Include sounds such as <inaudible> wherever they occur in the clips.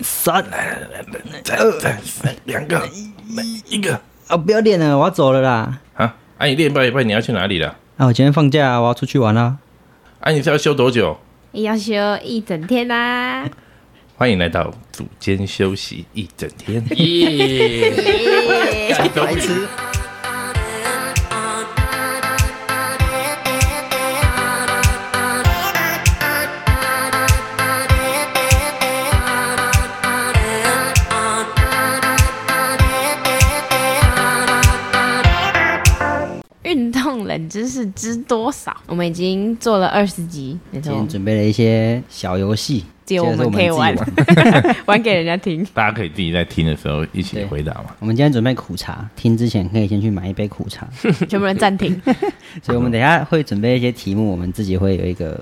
三，哎呃再二、再三、两个、一个啊，不要练了，我要走了啦。啊！啊，你练半一半你要去哪里了？啊，我今天放假，我要出去玩啦。啊，你是要休多久？要休一整天啊啦、 <laughs> 欢迎来到组间休息一整天。耶！白痴，运动冷知识知多少？我们已经做了二十集，那今天种准备了一些小游戏，只有接着是我们可以自己玩。 <laughs> 玩给人家听。大家可以自己在听的时候一起回答嘛。我们今天准备苦茶，听之前可以先去买一杯苦茶。全部人暂 <laughs> 停，所以我们等一下会准备一些题目，我们自己会有一个、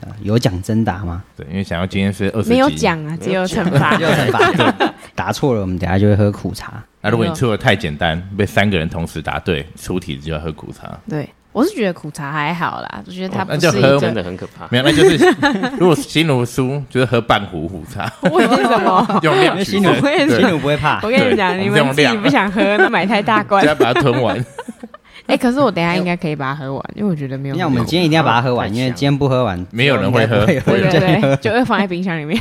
啊有奖征答吗？对，因为想要今天是二十，没有奖。啊，只有惩 <laughs> 罚。有惩罚， <laughs> 答错了我们等一下就会喝苦茶。那如果你出的太简单，被三个人同时答对，出题就要喝苦茶。对，我是觉得苦茶还好啦，我觉得它哦不那是就一喝真个。的很可怕。没有，那就是如果心如输，就是喝半壶苦茶， <laughs> 为什么？用因量为取新胜奴，我也是对新奴不会 <laughs> 怕我，跟你讲，对你我们这种们自己量不想喝，那买太大罐 <laughs> 就。要把它吞完。哎，可是我等一下应该可以把它喝完，因为我觉得没有因为我。们今天一定要把它喝完，因为今天不喝完，没有人会喝应该不对会有对人对，喝。就会放在冰箱 <laughs> 里面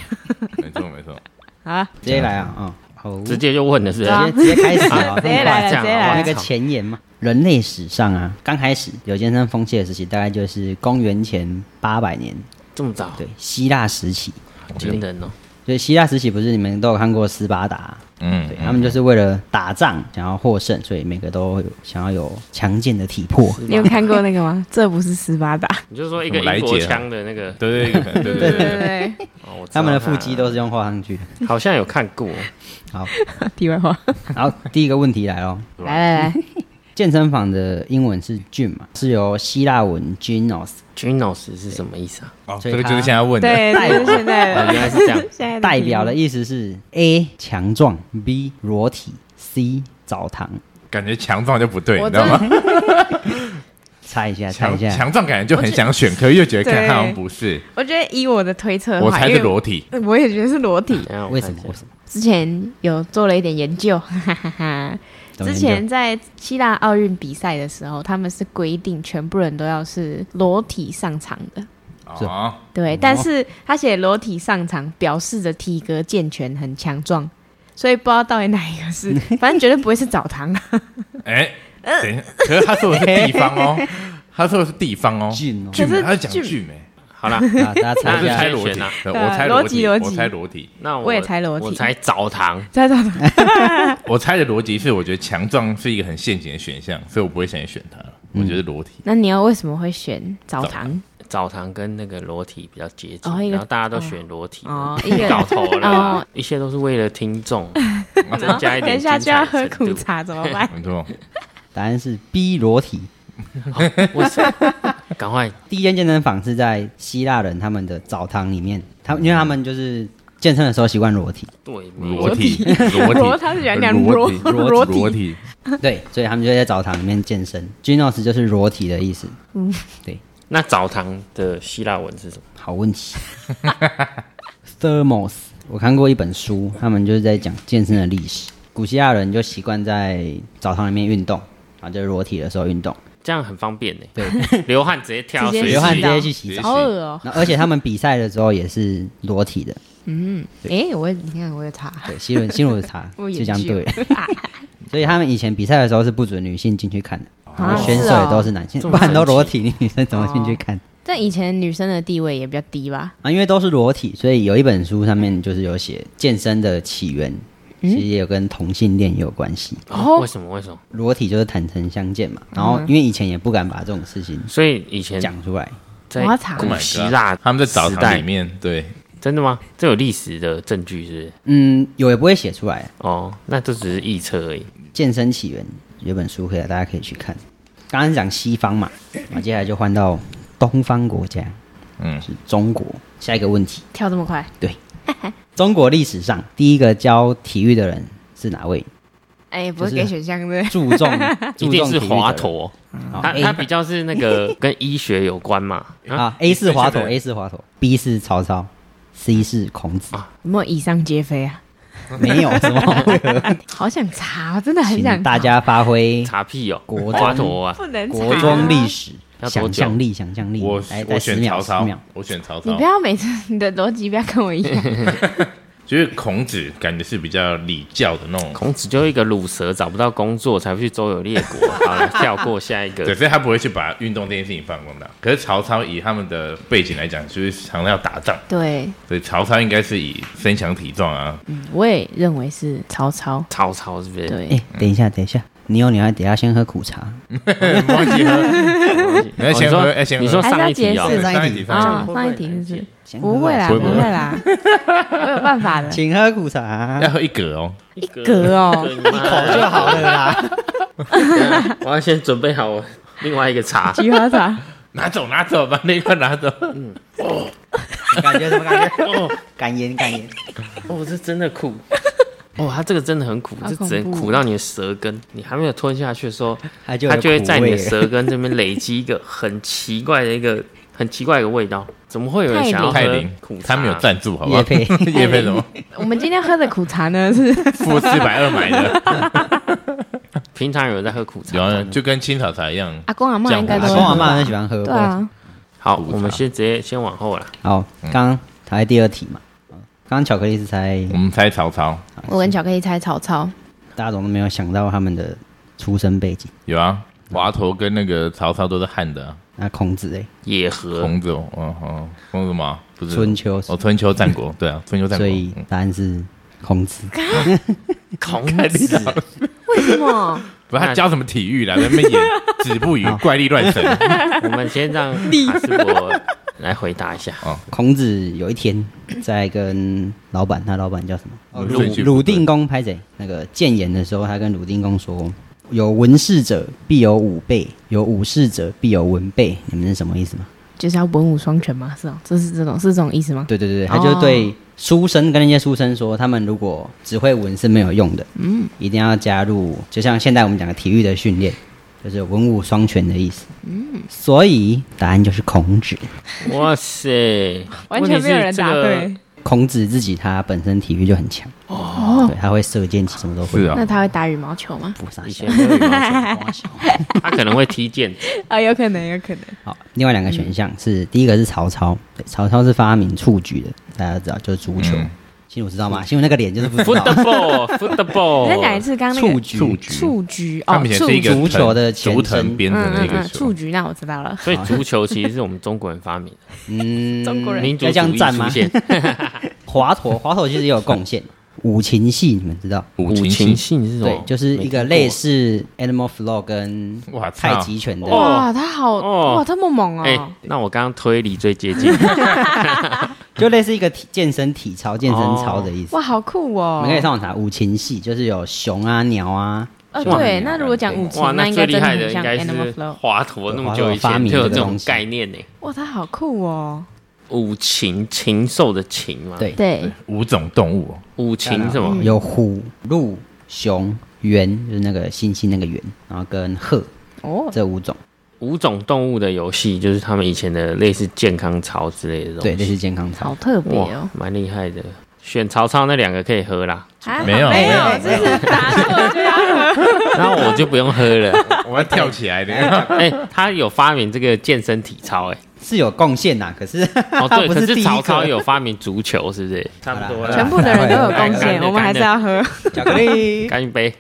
没错没错，啊。 <laughs> 直接来啊，嗯，好，直接就问了 <laughs> 是不哎对啊是？直接直接开始啊，直接很快来了，直接哇来那了个。前言嘛，人类史上啊，刚开始有健身风气的时期，大概就是公元前八百年，这么早，对，希腊时期。惊人哦！所以希腊时期不是你们都有看过斯巴达，嗯对，他们就是为了打仗想要获胜，所以每个都有想要有强健的体魄。你有看过那个吗？这不是斯巴达。你就说一个什么来英国解啊腔的那个，对对对对对对对对，对，哦我知道他们的他腹肌都是用画上去的。好像有看过，好，对 <laughs> 题外话。然后第一个问题来咯，来来来，健身房的英文是 gym 嘛，是由希腊文 gynos Genos 是什么意思啊？哦，所以这个就他是现在问的。对，这是现在哦，的原来是这样。现在 <laughs> 的代题目表的意思是 A 强壮，B 裸体，C 澡堂。感觉强壮就不对，你我知道真吗？猜一下，猜强一下，强壮感觉就很想选，可是又觉得对看好像不是。我觉得以我的推测的话，我猜是因为裸体，我，我也觉得是裸体。等一下我为看什一么？下为什么？之前有做了一点研究，哈哈哈哈。怎么之研究前在希腊奥运比赛的时候，他们是规定全部人都要是裸体上场的。是哦，对，但是他写裸体上场，表示着体格健全、很强壮，所以不知道到底哪一个是，反正绝对不会是澡堂啊。哎，呃等一下，可是他说的是地方 <laughs> 哦，他说的是地方哦， Gym 哦剧可是他是讲欸 gym 剧没，好啦，啊大家我猜一是下，<laughs> 猜裸体那先选啊，对对我啊猜裸裸体，体裸体我猜裸体，那我我也猜裸体我猜澡堂。 <laughs> 在澡堂，我猜的逻辑是，我觉得强壮是一个很陷阱的选项，所以我不会想去选它。我觉得裸体，那你要为什么会选澡堂？澡堂跟那个裸体比较接近，哦一个然后大家都选裸体，哦你一个搞头了啦，哦一切都是为了听众，增加 <laughs> 一等点一下就精彩要的喝程苦，度 <laughs> 茶怎么办？没错，答案是 B 裸体。我是 <laughs> 赶快第一间健身房是在希腊人他们的澡堂里面，他因为他们就是健身的时候习惯裸 <laughs> 体，对没裸体，裸裸体，他是喜欢讲裸体， <laughs> 裸裸体裸体，对，所以他们就在澡堂里面健身。Gynos 就是裸体的意思。那澡堂的希腊文是什么？好问题。Thermos，我看过一本书，他们就是在讲健身的历史。古希腊人就习惯在澡堂里面运动，然后就是裸体的时候运动，这样很方便呢。 <laughs> 对，流汗直接跳到直接水流汗直里，接去洗也澡。行好恶哦、然后而且他们比赛的时候也是裸体的。哎、我你看我有查，对，西伦西伦查 <laughs> 我啊就研这样究对了。 <laughs> 所以他们以前比赛的时候是不准女性进去看的，啊然后选手是哦也都是男性，这不么然都神奇裸体，你女生怎么进去看？但以前女生的地位也比较低吧？啊，因为都是裸体，所以有一本书上面就是有写健身的起源，嗯其实也有跟同性恋也有关系。哦为什么？为什么？裸体就是坦诚相见嘛，然后因为以前也不敢把这种事情所以以前讲出来，在我要查 Oh my 古 god，希腊，他们在澡堂里，面，对，真的吗？这有历史的证据是不是？嗯，有也不会写出来。哦，那这只是臆测而已。健身起源有本书可以大家可以去看。刚刚讲西方嘛，那接下来就换到东方国家，嗯是中国。下一个问题，跳这么快？中国历史上第一个教体育的人是哪位？哎、不是就是给选项的。注 <laughs> 重一注定重体是育华的人佗，好哦他啊 A 哎他比较是 <laughs> 那个跟医学有关嘛。啊啊，A 是华这佗个，A 是华佗，B 是曹操，C 是孔子。有没有以上皆非啊？没有什么，好想查，真 <laughs> 的很想请查大家发 <laughs> 挥查屁哦，国华佗啊，不能查国中历史哦要多想久象力，想象力。我来，我再十选秒，曹十操秒。，我选曹你操不。要每次你的逻辑不要跟我一 <laughs> 样，就是孔子感觉是比较礼教的那种，孔子就一个乳蛇找不到工作，才会去周游列国。好了，跳过下一对，个。所以他不会去把运动这件事情放光大。可是曹操以他们的背景来讲，就是常常要打仗，对，所以曹操应该是以身强体壮啊，我也认为是曹操，曹操是不是？哎对，，等一下，等一下，你有你还等一下先喝苦茶。忘记了，你要哦先喝，说要先喝你说还是上要一题解释哦，上一题上啊一，题上一题是不是？先喝不会哎啦，不不会不会会啦， <laughs> 我有办法的，请喝苦茶，要喝一格哦。一 <laughs> 格哦， <laughs> 一口就好了啦。 <laughs> 我要先准备好我另外一个 <laughs> 茶。菊花茶，拿走，拿走，把那一罐拿走。 <laughs> 感觉什么感觉？哦，感言感言。哦，这真的苦。哦，它这个真的很苦，好这恐怖只能苦到你的舌根，你还没有吞下去的时候，它就有它就会在你的苦味了舌根这边累积一个很奇怪的一个很奇怪的一个味道。怎么会有人泰想要泰喝林苦，茶？他没有赞助，好不好？叶配 <laughs> 叶配什么？我们今天喝的苦茶呢是。付四百二买的，平常有人在喝苦茶有啊，吗。就跟青草茶一样阿公阿妈应该阿都会喝公吧阿妈很喜欢喝。对啊，好，苦茶我们先直接先往后啦。好，刚刚才第二题嘛，刚刚巧克力是猜我们猜曹操我跟巧克力猜曹操，大家总都没有想到他们的出身背景。有啊，华佗跟那个曹操都是汉的啊，那孔子哎，野河孔子哦，哦哦，孔子什么？不是春秋哦，春秋战国，对啊，春秋战所国。以嗯答案是孔子。孔子，为什么？不是他教什么体育啦，在那边演子不语怪力乱神。哦我们先 <laughs> 让卡斯伯来回答一下。孔子有一天在跟老板，他老板叫什么？哦鲁顺序不对鲁定公拍谁？那个谏言的时候，他跟鲁定公说：“有文士者必有武备，有武士者必有文备。”你们是什么意思吗？ <laughs> 就是要文武双全吗？是哦，这是这种是这种意思吗？对对哦对，对他就对书生跟那些书生说，他们如果只会文是没有用的，嗯，一定要加入，就像现在我们讲的体育的训练，就是文武双全的意思。嗯，所以答案就是孔子。哇塞，完全没有人答问题对是，孔子自己他本身体育就很强，哦，对，他会射箭，什么都会是。啊 <laughs> 那，哦他会打羽毛球吗？不傻这个。以笑前没有羽毛球他可能会踢毽 <laughs> 子，啊，有可能，有可能。 <laughs> 好，另外两个选项是、第一个是曹操，对，曹操是发明蹴鞠的，大家都知道就是足球。嗯新武知道吗？新武那个脸就是不 <laughs> 知道。 football，football。你再讲一次刚刚那蹴个鞠，蹴鞠，蹴鞠他哦，们以前蹴是一鞠，个足球的前身竹藤编成的嗯一个嗯，球蹴。鞠，那我知道了。所以足球其实是我们中国人发明 <laughs> 的，嗯，中国人民族要这主样义站出吗？现。华佗，华佗其实也有贡献。五禽戏你们知道？五 <laughs> 五禽性是什对么？，就是一个没听类过。似 Animal Flow 跟哇太操极拳的。哦哇，他好哦哇，这么猛哎、哦！那我刚刚推理最 <laughs> 接近，就类似一个体健身体操、健身操的意思。哇，好酷你哦们！可以上网查五禽戏，就是有熊啊、鸟啊，呃，哇对，那如果讲五禽哇，，那应该最厉真的害的很应像该 Animal 是 Flow。华佗，那么久以前就有这种概念呢。哇，他好酷哦！五禽，禽兽的禽嘛，对，对，五种动物 <laughs> 哦，五禽什嗯么？有虎、鹿、熊、猿，就是那个猩猩那个猿，然后跟鹤哦，这五种，五种动物的游戏，就是他们以前的类似健康操之类的东对，西。类似健康操好。特别哇哦！，蛮厉害的。选曹操那两个可以喝啦，还好没有啊没没有，有这是答错啊就要喝。 <laughs> 那我就不用喝 <laughs> 了。我要跳起来 <laughs> 的。哎、他有发明这个健身体操、 <laughs> 哎。是有贡献呐，可是哦，<laughs> 对，不可是第是一曹个操有啊发明足球，是不是？差不 <laughs> 多啦全部的人都有贡干献，的我们还是要喝。巧 <laughs> 克力干一杯。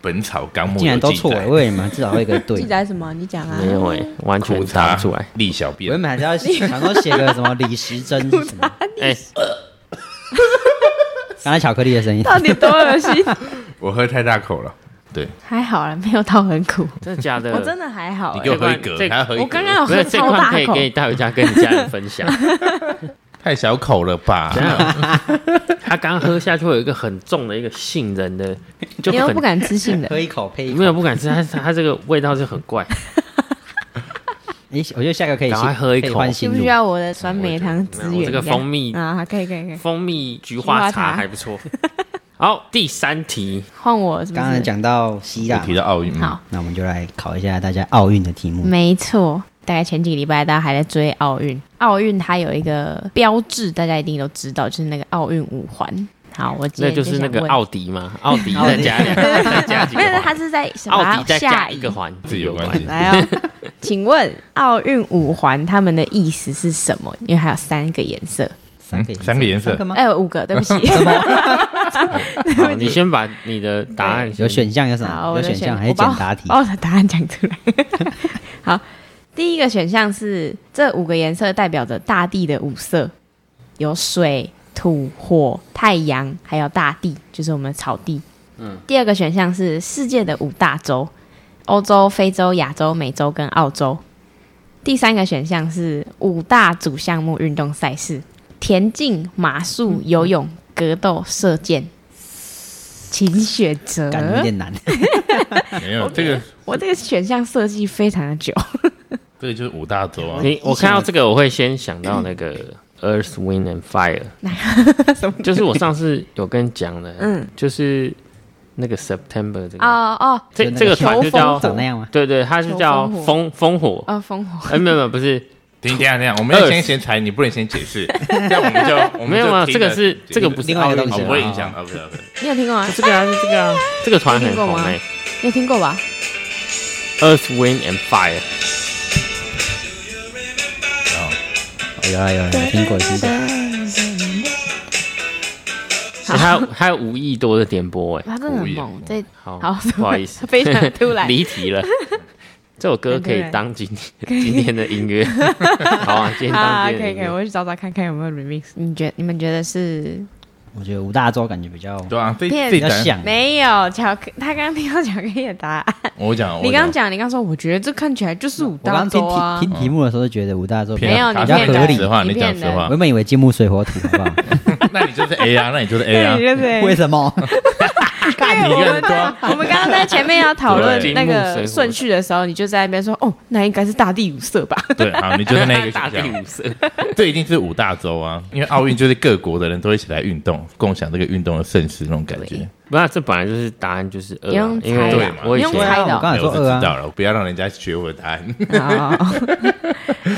本草纲目竟然都错了，了，为什么至少会有一个对 <laughs> 记？载什么？你讲啊。没有哎、完全苦答茶不出来。利小我原便，本还是要想说写个什么李时珍是什 <laughs> 么，哎、刚才巧克力的 <laughs> 声音，到底多恶心？我喝太大口了。对，还好了，没有到很苦。真的假的？ <laughs> 我真的还好你欸给我喝一这格这，还要喝一格。我刚刚有不喝是这超款大可以口给，你带回家跟你家人分享。 <laughs> 太小口了吧？等一 <laughs> 下他刚刚喝下去会有一个很重的一个杏仁的， <laughs> 就你又很不敢吃杏仁， <laughs> 喝一口配一口没。有不敢吃，他他这个味道就很 <laughs> 怪。哦哎，我觉得下个可以赶快先喝一口可以换需新不入需。要我的酸梅汤没有资我源？这个蜂蜜啊，可以可以可以，蜂蜜菊花菊花茶茶还不错。好，第三题，换我是不刚才是？讲到希我腊提嘛，到奥运，好，那我们就来考一下大家奥运的题目。没错。大概前几个礼拜，大家还在追奥运。奥运它有一个标志，大家一定都知道，就是那个奥运五环。好，我今那天就是那想个问奥迪嘛，奥迪再加两，再加几个 <laughs> 没有，环，他是在想把奥它迪再下加一个环，这有关系。来 <laughs> 哦，请问奥运五环他们的意思是什么？因为还有三个颜色，三个嗯三个颜色三个吗？哎、有五个，对不 <laughs> 起。好，你先把你的答案有选项有什好，么？我有的选项还是我把简我答题把？我的答案讲出来。 <laughs> 好，第一个选项是这五个颜色代表着大地的五色，有水、土、火、太阳，还有大地，就是我们的草地。嗯。第二个选项是世界的五大洲：欧洲、非洲、亚洲、美洲跟澳洲。第三个选项是五大主项目运动赛事：田径、马嗯术、游泳、格斗、射箭。请选择。感觉有 <laughs> 点难。没有这个，我这个选项设计非常的久，这个就是五大洲啊。你我看到这个，我会先想到那个嗯 Earth, Wind and Fire，就是 <laughs> 我上次有跟你讲的，嗯，就是那个 September 这 <laughs> 个，哦哦这就那这个团就球风叫，长那样吗？对对，它是叫球烽烽火，哦，烽火，哎，没有没有，不是，等一下，等一下，啊我们要二先先猜，你不能先解 <laughs> 释，这样我们就我们没有就啊听这个了是解这个不是另外一个奥运东哦西不啊会影响到，不会不会。 <laughs> 你有听过吗？这个啊，是这个啊，这个团很你听红过吗哎你有听过吧？ ，Earth, Wind and Fire，哦有啊有啊，有听过有听过。哎它有它有五亿多的点播哎，他真的很故意的猛，这好，好不好意思 <laughs> ，非常突 <laughs> 然离 <laughs> 题了。这首歌可以当今天今天的音乐， <laughs> 好啊，今天当啊，今可天的以音可以，乐。我去找找看看有没有 remix。你觉你们觉得是我觉得五大洲感觉比较对啊，这骗这比较单嗯像，没有巧克？他刚刚听到巧克力的答案，我哦讲，你我刚刚讲，你刚说，我觉得这看起来就是五我大刚听洲啊题，听题目的时候就觉得五大洲骗没有人你讲骗人实话，你你讲骗实人我话原，本以为金木水火土，好不好？那你就是 A 啊，那你就是 A 啊对，，对对，为什么？ <laughs> 看你一我个们人在多。我们刚刚在前面要讨论 <laughs> 对那金木个水火顺序的时候，你就在那边说，哦，那应该是大地五色吧？对，好，你就是 <laughs> 那个大选地项，五色，这一定是五大洲啊，因为奥运就是各国的人都一起来运动，共享这个运动的盛世那种感觉哎对。不是，这本来就是答案，就是二不 <laughs> 啊用，因猜为啦我以前不用猜的我刚才哎说我是二知道啊，了，不要让人家学我的答案。 <laughs> <laughs> 哦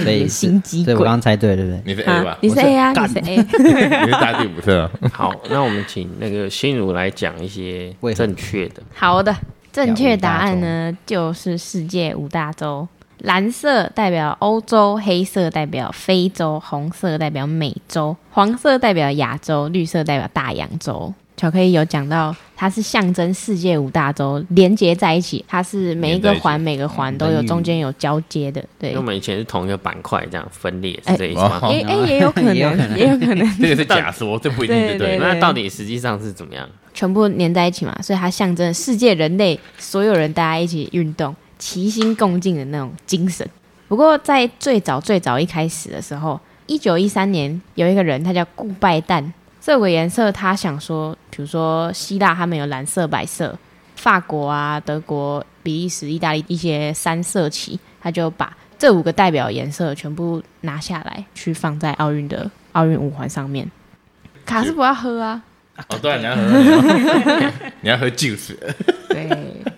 所以是 <laughs> 心机所鬼以我刚刚猜对，对不对？你是 A 啊吧？你是 A 啊，你干是 A。 <laughs> 你是大地五色啊。好，那我们请那个心如来讲一些为什么正确的。好的，正确答案呢就是世界五大洲，蓝色代表欧洲，黑色代表非洲，红色代表美洲，黄色代表亚洲，绿色代表大洋洲。巧克力有讲到，它是象征世界五大洲连接在一起，它是每一个环每个环都有中间有交接的，对因为我。们以前是同一个板块，这样分裂哎是这意思吗？哦哎哎，也有可也有可能，能也有可能， <laughs> 这个是假说，这不一定是对对的。那到底实际上是怎么样？全部粘在一起嘛，所以它象征世界人类所有人大家一起运动，齐心共进的那种精神。不过在最早最早一开始的时候，一九一三年有一个人，他叫顾拜旦。这五个颜色，他想说，比如说希腊他们有蓝色、白色，法国啊、德国、比利时、意大利一些三色旗，他就把这五个代表颜色全部拿下来，去放在奥运的奥运五环上面。卡斯伯要喝啊，哦，对啊，你要喝， <laughs> 你要喝 juice 对。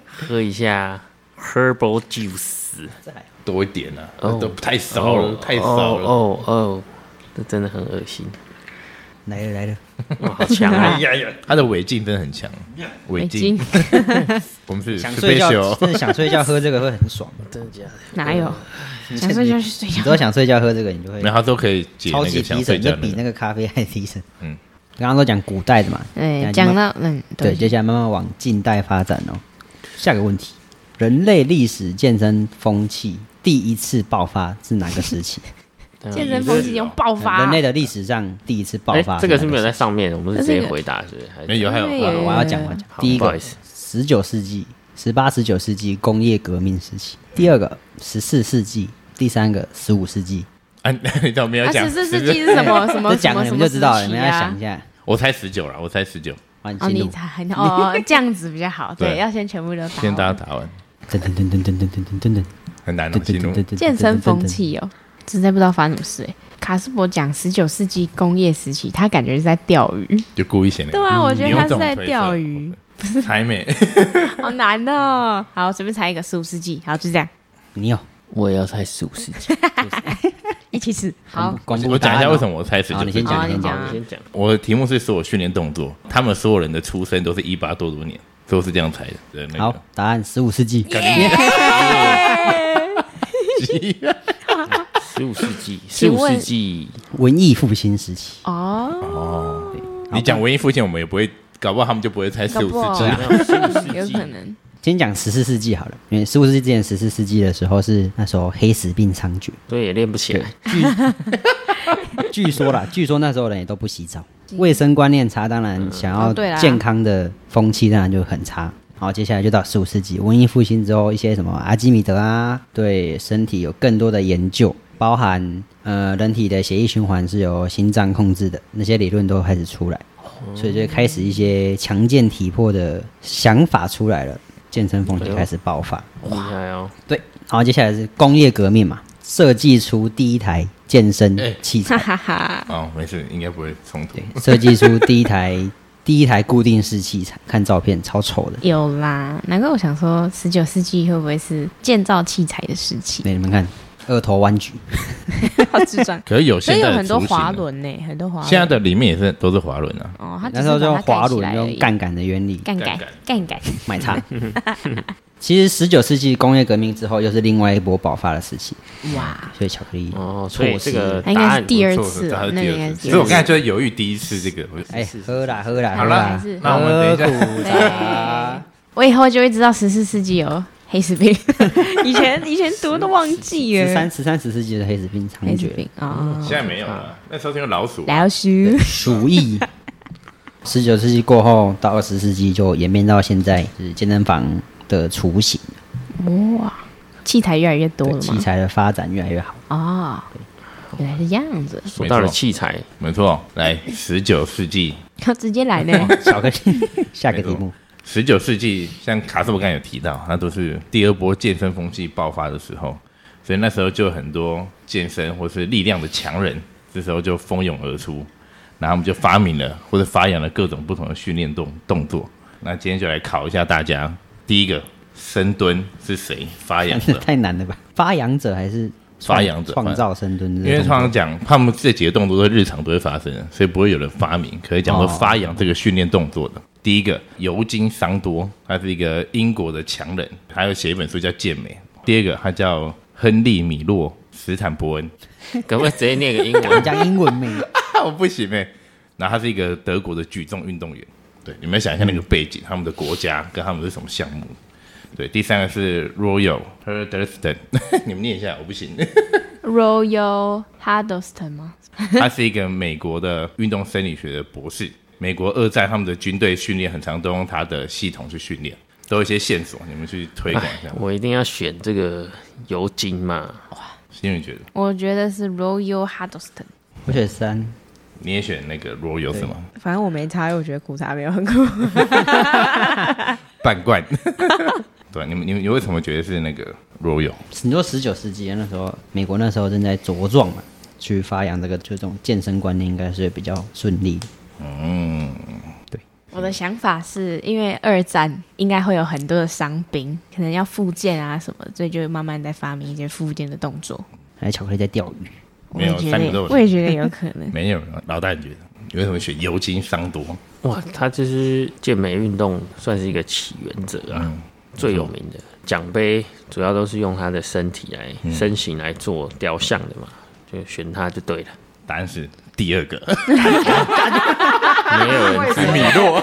喝一下 herbal juice，多一点啊，哦都太少了，太少哦了。哦哦，这真的很恶心，来了来了，哇，好强啊！ <laughs> 哎呀呀，他的违禁真的很强，哎违禁， <laughs> 我们是想睡觉， special 真的想睡觉喝这个会很爽。真的假的？哪有？想睡觉就睡你觉。都想睡觉喝这个，你就会然后他都可以解超那级个提想睡神，就觉比那个。个咖啡还提神。嗯嗯，刚刚都讲古代的嘛，对，那哎讲你们到嗯，对，接下来慢慢往近代发展哦。下个问题，人类历史健身风气第一次爆发是哪个时 <laughs> 期？健身风气中爆发，人类的历史上第一次爆哎发哪，个时期，这个是没有在上面，我们是直那接这个回答是不是？还是没有，还有对我要讲，我要讲。好第一不好个意，思十九世纪、十八、十九世纪工业革命时期；第二个，十四世纪；第三个，十五世纪。啊， <laughs> 你怎么没有啊，讲？十四世纪是什么什么这讲了什么你什们么就时知期道了，你们要啊想一？下。我才十九了，我才十九，欢迎哦，进你入。 <laughs> 才哦，这样子比较好。对，对要先全部都先大完家打完，噔噔噔噔噔噔噔噔噔很难哦噔进噔入噔噔。健身风。气哦，实在不知道发生什么事哎。卡斯伯讲十九世纪工业时期，他感觉是在钓鱼。就故意显得对啊，我觉得嗯你用他这是种在推测钓鱼，还没好难哦。好，随便猜一个十五世纪，好，就这样。你有我也要猜十五世纪，一起吃。好，公布我答案讲一下哦为什么我猜死好就你是先好讲，啊你先你讲讲。先讲，我的题目是所有训练动作，他们所有人的出生都是一八多多年，所以我是这样猜的。对，那个、好，答案十五世纪。十五世纪，十请五问世纪文艺复兴时期，哦，你讲文艺复兴，我们也不会，搞不好他们就不会猜四五搞不好四纪。没有十五世纪有可能先讲十四世纪好了，因为十五世纪之前，十四世纪的时候是那时候黑死病猖獗，对，也练不起来。据说啦，据说那时候人也都不洗澡，卫生观念差，当然想嗯哦对要啦健康的风气当然就很差。好，接下来就到十五世纪，文艺复兴之后，一些什么阿基米德啊，对身体有更多的研究，包含呃人体的血液循环是由心脏控制的，那些理论都开始出来，所以就开始一些强健体魄的想法出来了，健身风就开始爆发。厉害哦！对，好，接下来是工业革命嘛，设计出第一台健身哎器材哈。哈哈，哦，没事，应该不会冲突。 <laughs> 设计出第一台 <laughs> 第一台固定式器材，看照片超丑的。有啦，难怪我想说，十九世纪会不会是建造器材的 <laughs> 时期？那哎你们看，二头弯举，好智障，可是有所现以有在的很多雏形滑啊轮呢，很多滑轮。现在的里面也是都是滑轮啊。哦，他只那是时候就用把它盖滑起轮来而用已杠杆的原 <laughs> 理杠杆杠杆杠杆，买它。 <laughs> 其实十九世纪工业革命之后，又是另外一波爆发的时期，哇，所以巧克力哦，所以错失这个了它答应该案是第二错次这还了，是那第个应该二是次，所第以我二刚才次。就犹豫第一次这个。我哎，喝啦喝啦，好喝啦啦还是，那我们等一下喝苦茶。我以后就会知道十四世纪有黑死病，以前以前读都忘记十三、了，十三、十世纪的黑死病猖黑死獗病，啊， <laughs> 现在没有了，那时候是用老鼠。老鼠鼠疫。 <laughs> 十九世纪过后到二十世纪，就演变到现在是健身房的雏形，哇，器材越来越多了器嘛，材的发展越来越好。哦，原来是这样子，说到了器材，没错，来十九世纪，要直接来呢，巧克 <laughs> 力，下个题目。十九世纪像卡斯伯刚才有提到，那都是第二波健身风气爆发的时候，所以那时候就有很多健身或是力量的强人，这时候就蜂拥而出，然后我们就发明了或者发扬了各种不同的训练动动作。那今天就来考一下大家，第一个深蹲是谁发扬的？太难了吧？发扬者还是创发扬者创造深蹲之因类的为动作？通常讲，他们这几个动作都是日常都会发生的，所以不会有人发明，可以讲说哦发扬这个训练动作的。第一个，尤金桑多，他是一个英国的强人，他有写一本书叫《健美》。第二个，他叫亨利·米洛斯坦伯恩， <laughs> 可不可以直接念个英 <laughs> 文？讲英文名，啊，我不行哎、然后他是一个德国的举重运动员，对，你们想一下那个背景，他们的国家跟他们是什么项目？对，第三个是 Royal Hurdston，你 <laughs> 们念一下，我不行。 Royal Hardeston 吗？ <laughs> 他是一个美国的运动生理学的博士。美国二战他们的军队训练很常都用他的系统去训练，都有一些线索，你们去推广一下。哎我一定要选这个油精嘛，心里觉得我觉得是 Royal Hardeston，我选三。你也选那个 Royal 什么反正我没猜，我觉得苦茶没有很苦，半罐？ <laughs> 对，啊你们你们你为什么觉得是那个 Royal？你说十九世纪那时候，美国那时候正在茁壮嘛，去发扬这个就这种健身观念，应该是比较顺利。嗯， <laughs> 我的想法是因为二战应该会有很多的伤兵，可能要复健啊什么的，所以就慢慢在发明一些复健的动作。还巧克力在钓鱼，我没有也觉三个得都有，我也觉得有可 <laughs> 能。没有老大你觉得你为什么选尤金桑多？哇，他就是健美运动算是一个起源者啊，嗯最有名的奖杯主要都是用他的身体来、身形来做雕像的嘛，就选他就对了。答案是第二个没有人知是米洛，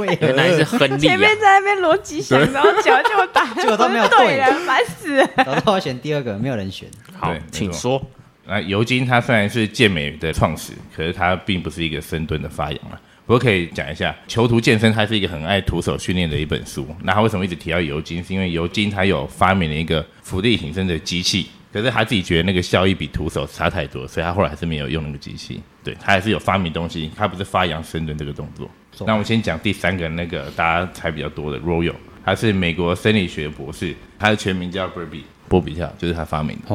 为原来是亨利、啊，在那边逻辑想，然后脚就打，结果都没有对了，烦死了。早知道我选第二个，没有人选。好对，请没错说。那尤金他虽然是健美的创始，可是他并不是一个深蹲的发扬啊。不过可以讲一下，囚徒健身它是一个很爱徒手训练的一本书。那他为什么一直提到尤金？是因为尤金他有发明了一个浮力挺身的机器，可是他自己觉得那个效益比徒手差太多，所以他后来还是没有用那个机器。对他还是有发明东西，他不是发扬深蹲这个动作。那我们先讲第三个那个大家猜比较多的 Royal，他是美国生理学博士，他的全名叫 Burby，波比跳就是他发明哦，的。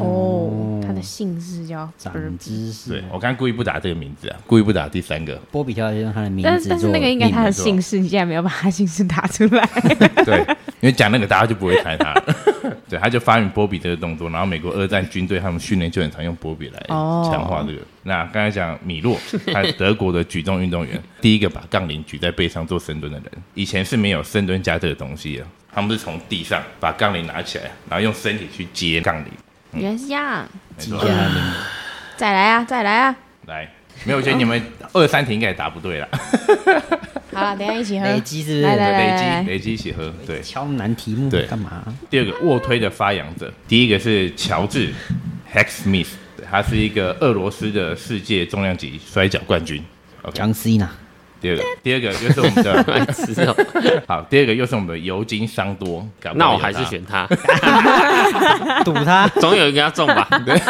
哦，他的姓氏叫长知识对，我刚刚故意不打这个名字啊，故意不打第三个。波比跳就用他的名但字但是做那个应该他的 <laughs> 姓氏，你竟然没有把他姓氏打出来， <laughs> 对，因为讲那个大家就不会猜他了。 <laughs> 对，他就发明波比这个动作，然后美国二战军队他们训练就很常用波比来哦强化这个。那刚才讲米洛，他德国的举重运动员，第一个把杠铃举在背上做深蹲的人，以前是没有深蹲架这个东西的，他们是从地上把杠铃拿起来，然后用身体去接杠铃，原来是这样，没错，加零再来啊，再来啊，来。没有，我觉得你们二三题应该也答不对啦，好了，等一下一起喝。累积是不啊来来是？ <laughs> 累来积累积一起喝。对，敲难题目对干嘛？第二个卧推的发扬者，第一个是乔治 Hex Smith，对他是一个俄罗斯的世界重量级摔跤冠军。OK，江 C <laughs> 呢？第二个，第二个又哎是我们的 <laughs> 是哦，好，第二个又是我们的尤金桑多。搞不 <laughs> 那好我有他还是选他，赌他总有一个要中吧？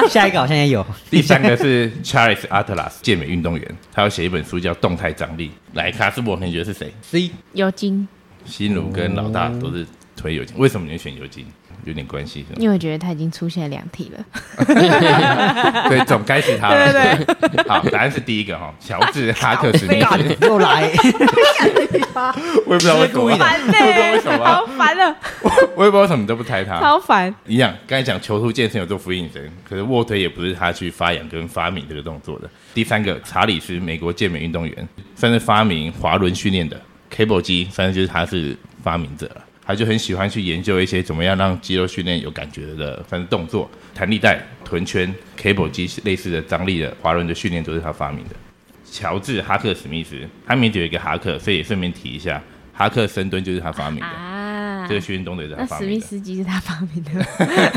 下一个好像也 <laughs> 有，第三个是 Charles Atlas 健美运动员，他有写一本书叫《动态张力》。来，卡斯伯，你觉得是谁？ C 尤金，心如跟老大都是推尤金，为什么你会选尤金？有点关系是吗？因为我觉得他已经出现了两题了。对，总该是他了。 <laughs> 对对对。好，答案是第一个哈，乔治哈克 <laughs> 史密斯。又来，我也不知道为什么，故意的我不知道为什么啊，烦了，我也不知道为什么你都不猜他。烦。一样，刚才讲囚徒健身有做福应神，可是卧推也不是他去发扬跟发明这个动作的。第三个，查理是美国健美运动员，算是发明滑轮训练的 cable 机，算是就是他是发明者了。他就很喜欢去研究一些怎么样让肌肉训练有感觉的，算是动作、弹力带、臀圈、cable 机类似的张力的滑轮的训练都是他发明的。乔治·哈克·史密斯，他名字有一个哈克，所以也顺便提一下，哈克深蹲就是他发明的，啊这，个训练动作也是他那发史明密的。斯基是他发明的， <laughs>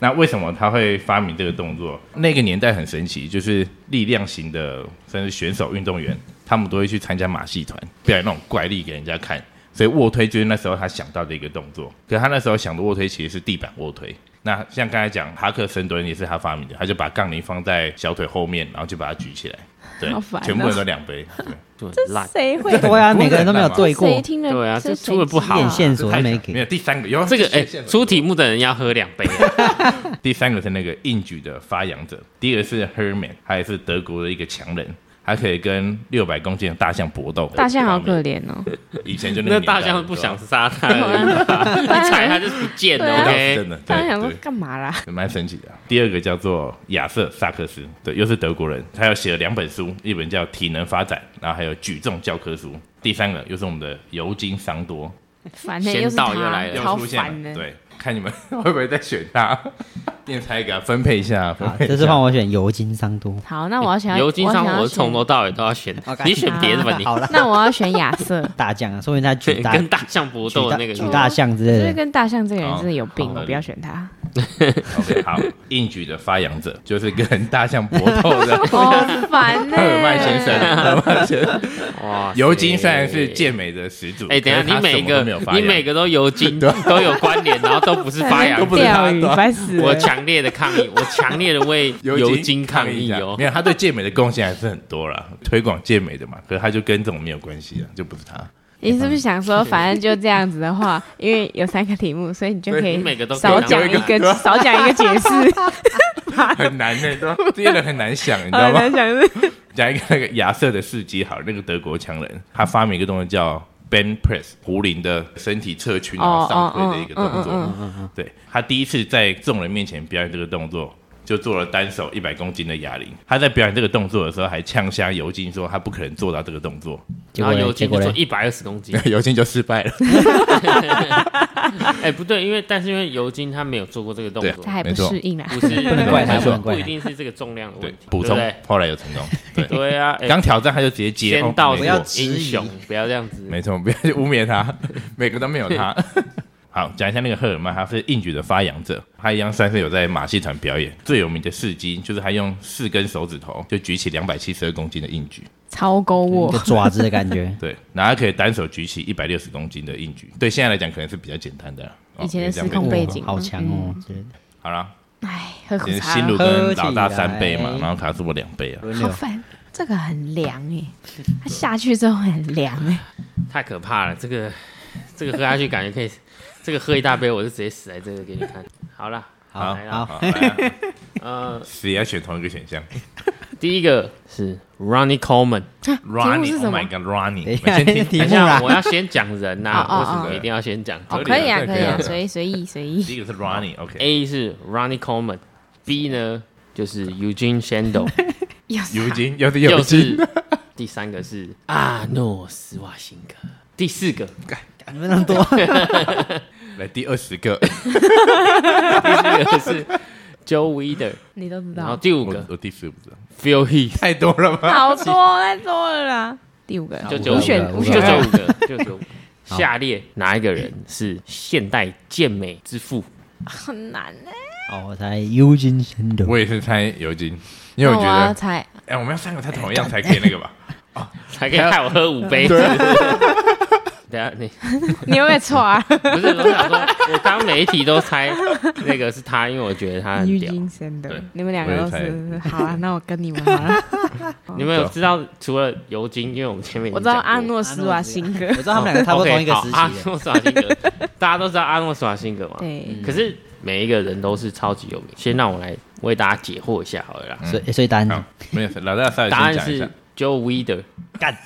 那为什么他会发明这个动作？那个年代很神奇，就是力量型的，甚至选手、运动员，他们都会去参加马戏团，表演那种怪力给人家看。所以卧推就是那时候他想到的一个动作。可是他那时候想的卧推其实是地板卧推。那像刚才讲哈克深蹲也是他发明的，他就把杠铃放在小腿后面，然后就把它举起来。对，好烦哦全部人都两杯。对就很烂。谁会？对啊，每个人都没有对过，谁一听了？对啊这这出得不好啊点线这索太都没小没给。有第三个，有这个哎，出题体。目的人要喝两杯，啊第三个是那个硬举的发扬者，第一个是 Herman，他也是德国的一个强人，他可以跟六百公斤的大象搏斗。大象好可怜哦，以前就那个年代大象不想杀他而已吧， <laughs> 一踩他就不见对了。啊对真 OK，的，对大家想说对干嘛啦？蛮神奇的。第二个叫做亚瑟·萨克斯，对，又是德国人，他有写了两本书，一本叫《体能发展》，然后还有举重教科书。第三个又是我们的尤金·桑多，烦的又是先到又他来，了超又出烦现了，的。对，看你们 <laughs> 会不会再选他，你们才给他分配一下，分啊，配一下。这次换我选尤金桑多。好，那我要选尤金想上要我选从头到尾都要选，你选别的吧你。好了， <laughs> 那我要选亚瑟， <laughs> 大将啊，说明他举对，大跟大象搏举斗大的那个举大象之就是类的。跟大象这个人真的有病，哦我不要选他。 <laughs> OK，好，硬举的发扬者就是跟大象搏斗 <laughs> 的 <laughs> 好烦呢，赫尔曼先生。啊赫尔曼先生，哇塞尤金虽然是健美的始祖，哎、等一可是下，他你每什么都个没有发你扬每个都 <laughs> 油精都有关联，然后都不是发扬都不是他钓鱼，对啊烦死了！我强烈的抗议，我强烈的为油精抗议啊哦没。有，他对健美的贡献还是很多啦，推广健美的嘛，可是他就跟这种没有关系啊，就不是 <laughs> 他。 <laughs> 你是不是想说，反正就这样子的 <laughs> 话，因为有三个题目，所以你就可对以你每个都可以少讲讲一啊一个，个 <laughs> 少讲一个解 <laughs> 释。啊很难 <laughs> 呢、都这些人很难想，你知道我吗在？想是讲一个那个亚瑟的事迹，好了，那个德国强人，他发明一个东西叫 Ben Press，胡林的身体侧屈然后上推的一个动作。哦对他第一次在众人面前表演这个动作，就做了单手一百公斤的哑铃。他在表演这个动作的时候，还呛瞎尤金说他不可能做到这个动作，结然果后油嘞，结精就果说嘞，一百二十公斤， <laughs> 尤金就失败了。哎、不对，因为但是因为油精他没有做过这个动作他，还不没错适应啊。不是不能怪他不能怪他一定是这个重量的对问题，，补对不充对后来有成功。对， <laughs> 对啊，哎刚挑战他就直接接，先到哦没不要错急英雄，不要这样子。没错，不要去污蔑他， <laughs> 每个都没有他。好，讲一下那个赫尔曼，他是硬举的发扬者，他一样算是有在马戏团表演。最有名的事迹就是他用四根手指头就举起两百七十二公斤的硬举，，超勾一我个，爪子的感觉对，然后他可以单手举起一百六十公斤的硬举，对现在来讲可能是比较简单的啦。哦以前可的以这样失控讲背景好强哦！之类的好啦，哎，喝口今天茶新了路跟老大喝起来三杯嘛，然后卡斯伯两杯啊。轮好 <laughs> 流烦。这个很凉哎， <laughs> 它下去之后很凉哎，太可怕了，这个这个喝下去感觉可以，这个喝一大杯我就直接死在这个给你看。好了，好来啦好好，来啊呃，谁要选同一个选项？第一个是 Ronnie Coleman，目是 Ronnie，Oh 什么 my God，Ronnie，等一我下，先听题等一目下啦我，要先讲人 <laughs> 哦呐、哦哦为什么一定要先讲？哦，合理可啊以啊，可可以以啊啊，随随意随第意。一个是 Ronnie，OK， A 是 Ronnie Coleman，B 呢就是 Eugene Shandel， <laughs> 有尤金，又是尤又金，是第三个是阿诺斯瓦辛格，第四个你们那么多，来第二十个，第四个是 Joe Weider，你都知然后道，第五我个我第十不知道， Phil Heath，太多了吧？好多太多了啦。第五个就只五有五个选五五就个只有选五个，就只有 <laughs> 五个。下列哪一个人是现代健美之父？很难欸呢。哦，我才 U 金深的，我也是猜尤金，因为我觉那要得， <laughs> 猜哎，我们要三个猜同样才可以那个吧？才可以害我喝五杯。 <laughs> 等一下你你有没有错 <laughs> 啊？不是我想说，我刚每一题都猜那个是他，因为我觉得他很郁屌。金生的对，你们两个都我也是。好啊，那我跟你们好了。嗯你们有知道除了尤金，因为我们前面已我知经道讲过阿诺斯瓦辛格我，知道他们两个差不多同一个时 OK，好阿期的，诺斯瓦辛格， <laughs> 大家都知道阿诺斯瓦辛格嘛？。对，可是每一个人都是超级有名。先让我来为大家解惑一下啊好了啦。所以所以答案好，没有事，老大稍微答先案讲一是下， Joe Weider。干，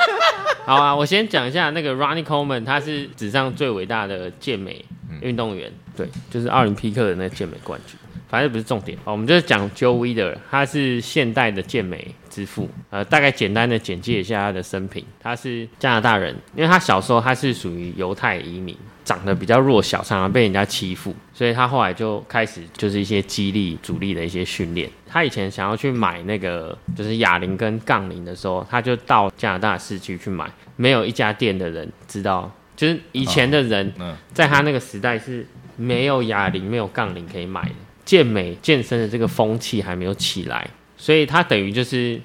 <laughs> 好啊，我先讲一下那个 Ronnie Coleman，他是史上最伟大的健美运动员，嗯对，就是奥林匹克的那个健美冠军。反正不是重点，好，我们就是讲 Joe Weider，他是现代的健美之父。呃，大概简单的简介一下他的生平。他是加拿大人，因为他小时候他是属于犹太移民，长得比较弱小，常常被人家欺负，所以他后来就开始就是一些激励、主力的一些训练。他以前想要去买那个就是哑铃跟杠铃的时候，他就到加拿大市区去买，没有一家店的人知道，就是以前的人嗯，在他那个时代是没有哑铃、没有杠铃可以买的，健美健身的这个风气还没有起来，所以他等于就是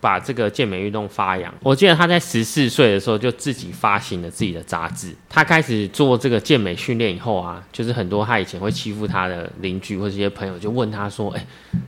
把这个健美运动发扬。我记得他在十四岁的时候就自己发行了自己的杂志。他开始做这个健美训练以后啊，就是很多他以前会欺负他的邻居或者一些朋友就问他说：“哎、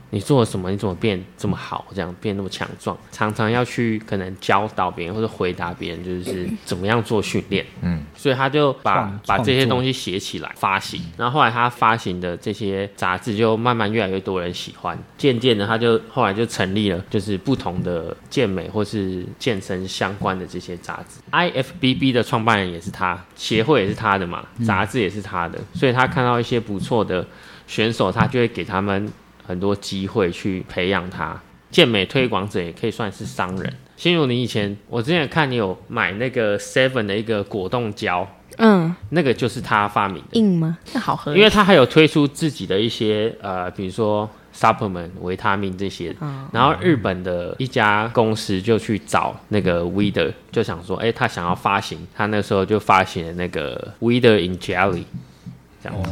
你做了什么？你怎么变这么好？这样变那么强壮？”常常要去可能教导别人或者回答别人，就是怎么样做训练。嗯，所以他就把创把这些创作东西。东西写起来发行，然后后来他发行的这些杂志就慢慢越来越多人喜欢，渐渐的他就后来就成立了，就是不同的健美或是健身相关的这些杂志。IFBB 的创办人也是他，协会也是他的嘛，嗯杂志也是他的，所以他看到一些不错的选手，他就会给他们很多机会去培养他。健美推广者也可以算是商人。心如，你以前我之前看你有买那个 Seven 的一个果冻胶，嗯，那个就是他发明的，硬吗？那好喝，因为他还有推出自己的一些呃，比如说 supplement、维他命这些。然后日本的一家公司就去找那个 Weider，就想说，哎、他想要发行，他那时候就发行了那个 Weider in Jelly。这样子，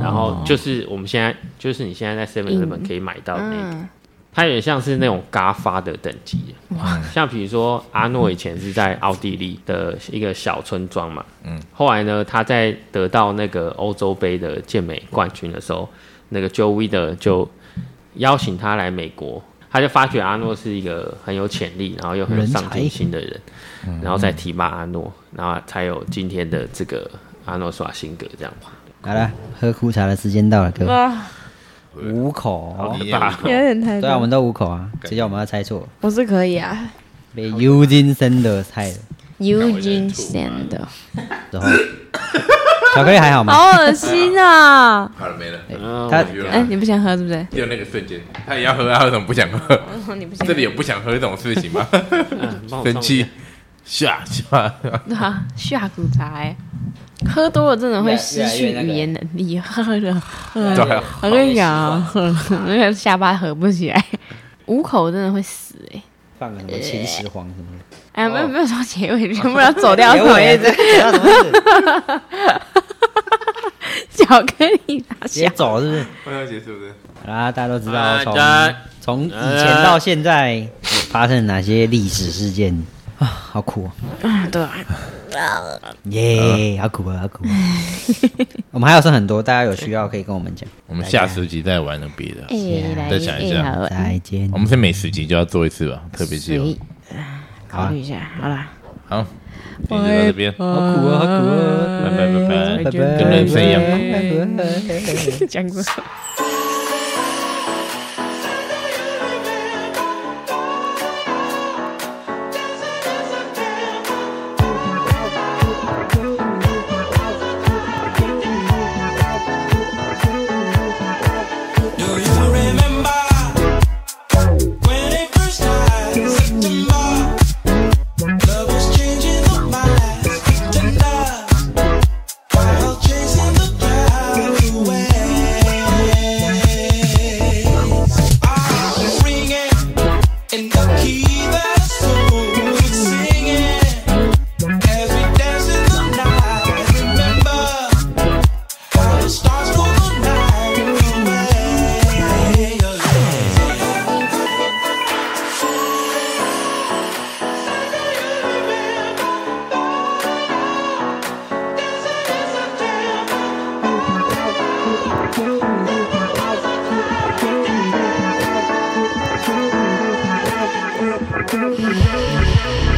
然后就是我们现在，就是你现在在 Seven 日本可以买到的那个，嗯，它有点像是那种嘎发的等级的。像比如说阿诺以前是在奥地利的一个小村庄嘛，嗯，后来呢，他在得到那个欧洲杯的健美冠军的时候，那个 Joe Weider 就邀请他来美国，他就发觉阿诺是一个很有潜力，然后又很有上进心的人，然后再提拔阿诺，然后才有今天的这个阿诺耍辛格这样。好了，喝苦茶的时间到了，各位，哇，嗯五口，你也有一有个点太对啊，我多，们都五口啊，谁叫我们要猜错？我是可以啊。被 U 金深的猜了， Eugene Sand，然后 <coughs> 巧克力还好吗？好恶心啊！好了没了，呃他 <laughs> 哎、你不想喝是不是？只有那个瞬间，他也要喝啊，他为什么不想喝？嗯 <laughs> 你不想这里有不想喝这种事情吗？呃帮我生送一气下，下下，对啊，下苦茶、欸，喝多了真的会失去越来越那语个言能力，喝了，喝对了，我跟你讲啊，喝了那个下巴合不起来， <laughs> 五口真的会死哎、欸。放了什么秦始皇什么的，哎呀，没有没有说结尾，全部要走掉，结什么尾意这思？要怎么是巧克力拿直接下，走是不是？快要结束了，好啦，大家啊都知道啊从大家从以前到现在发生了哪些历史事件啊，好苦哦，嗯对啊，耶，好苦啊，好苦啊。 <laughs> 我们还有剩很多，大家有需要可以跟我们讲。我们下十集再玩了别的哎、。来，再想一下哎好啊再见我，们是每十集就要做一次吧，特别计划所。以啊考虑一下，好啦，好，今天就到这边，好苦啊，好苦啊，拜拜拜拜拜，拜，跟人生一样。拜拜。 <laughs> 讲「君の声过。が聞こえてくる」 Thank you.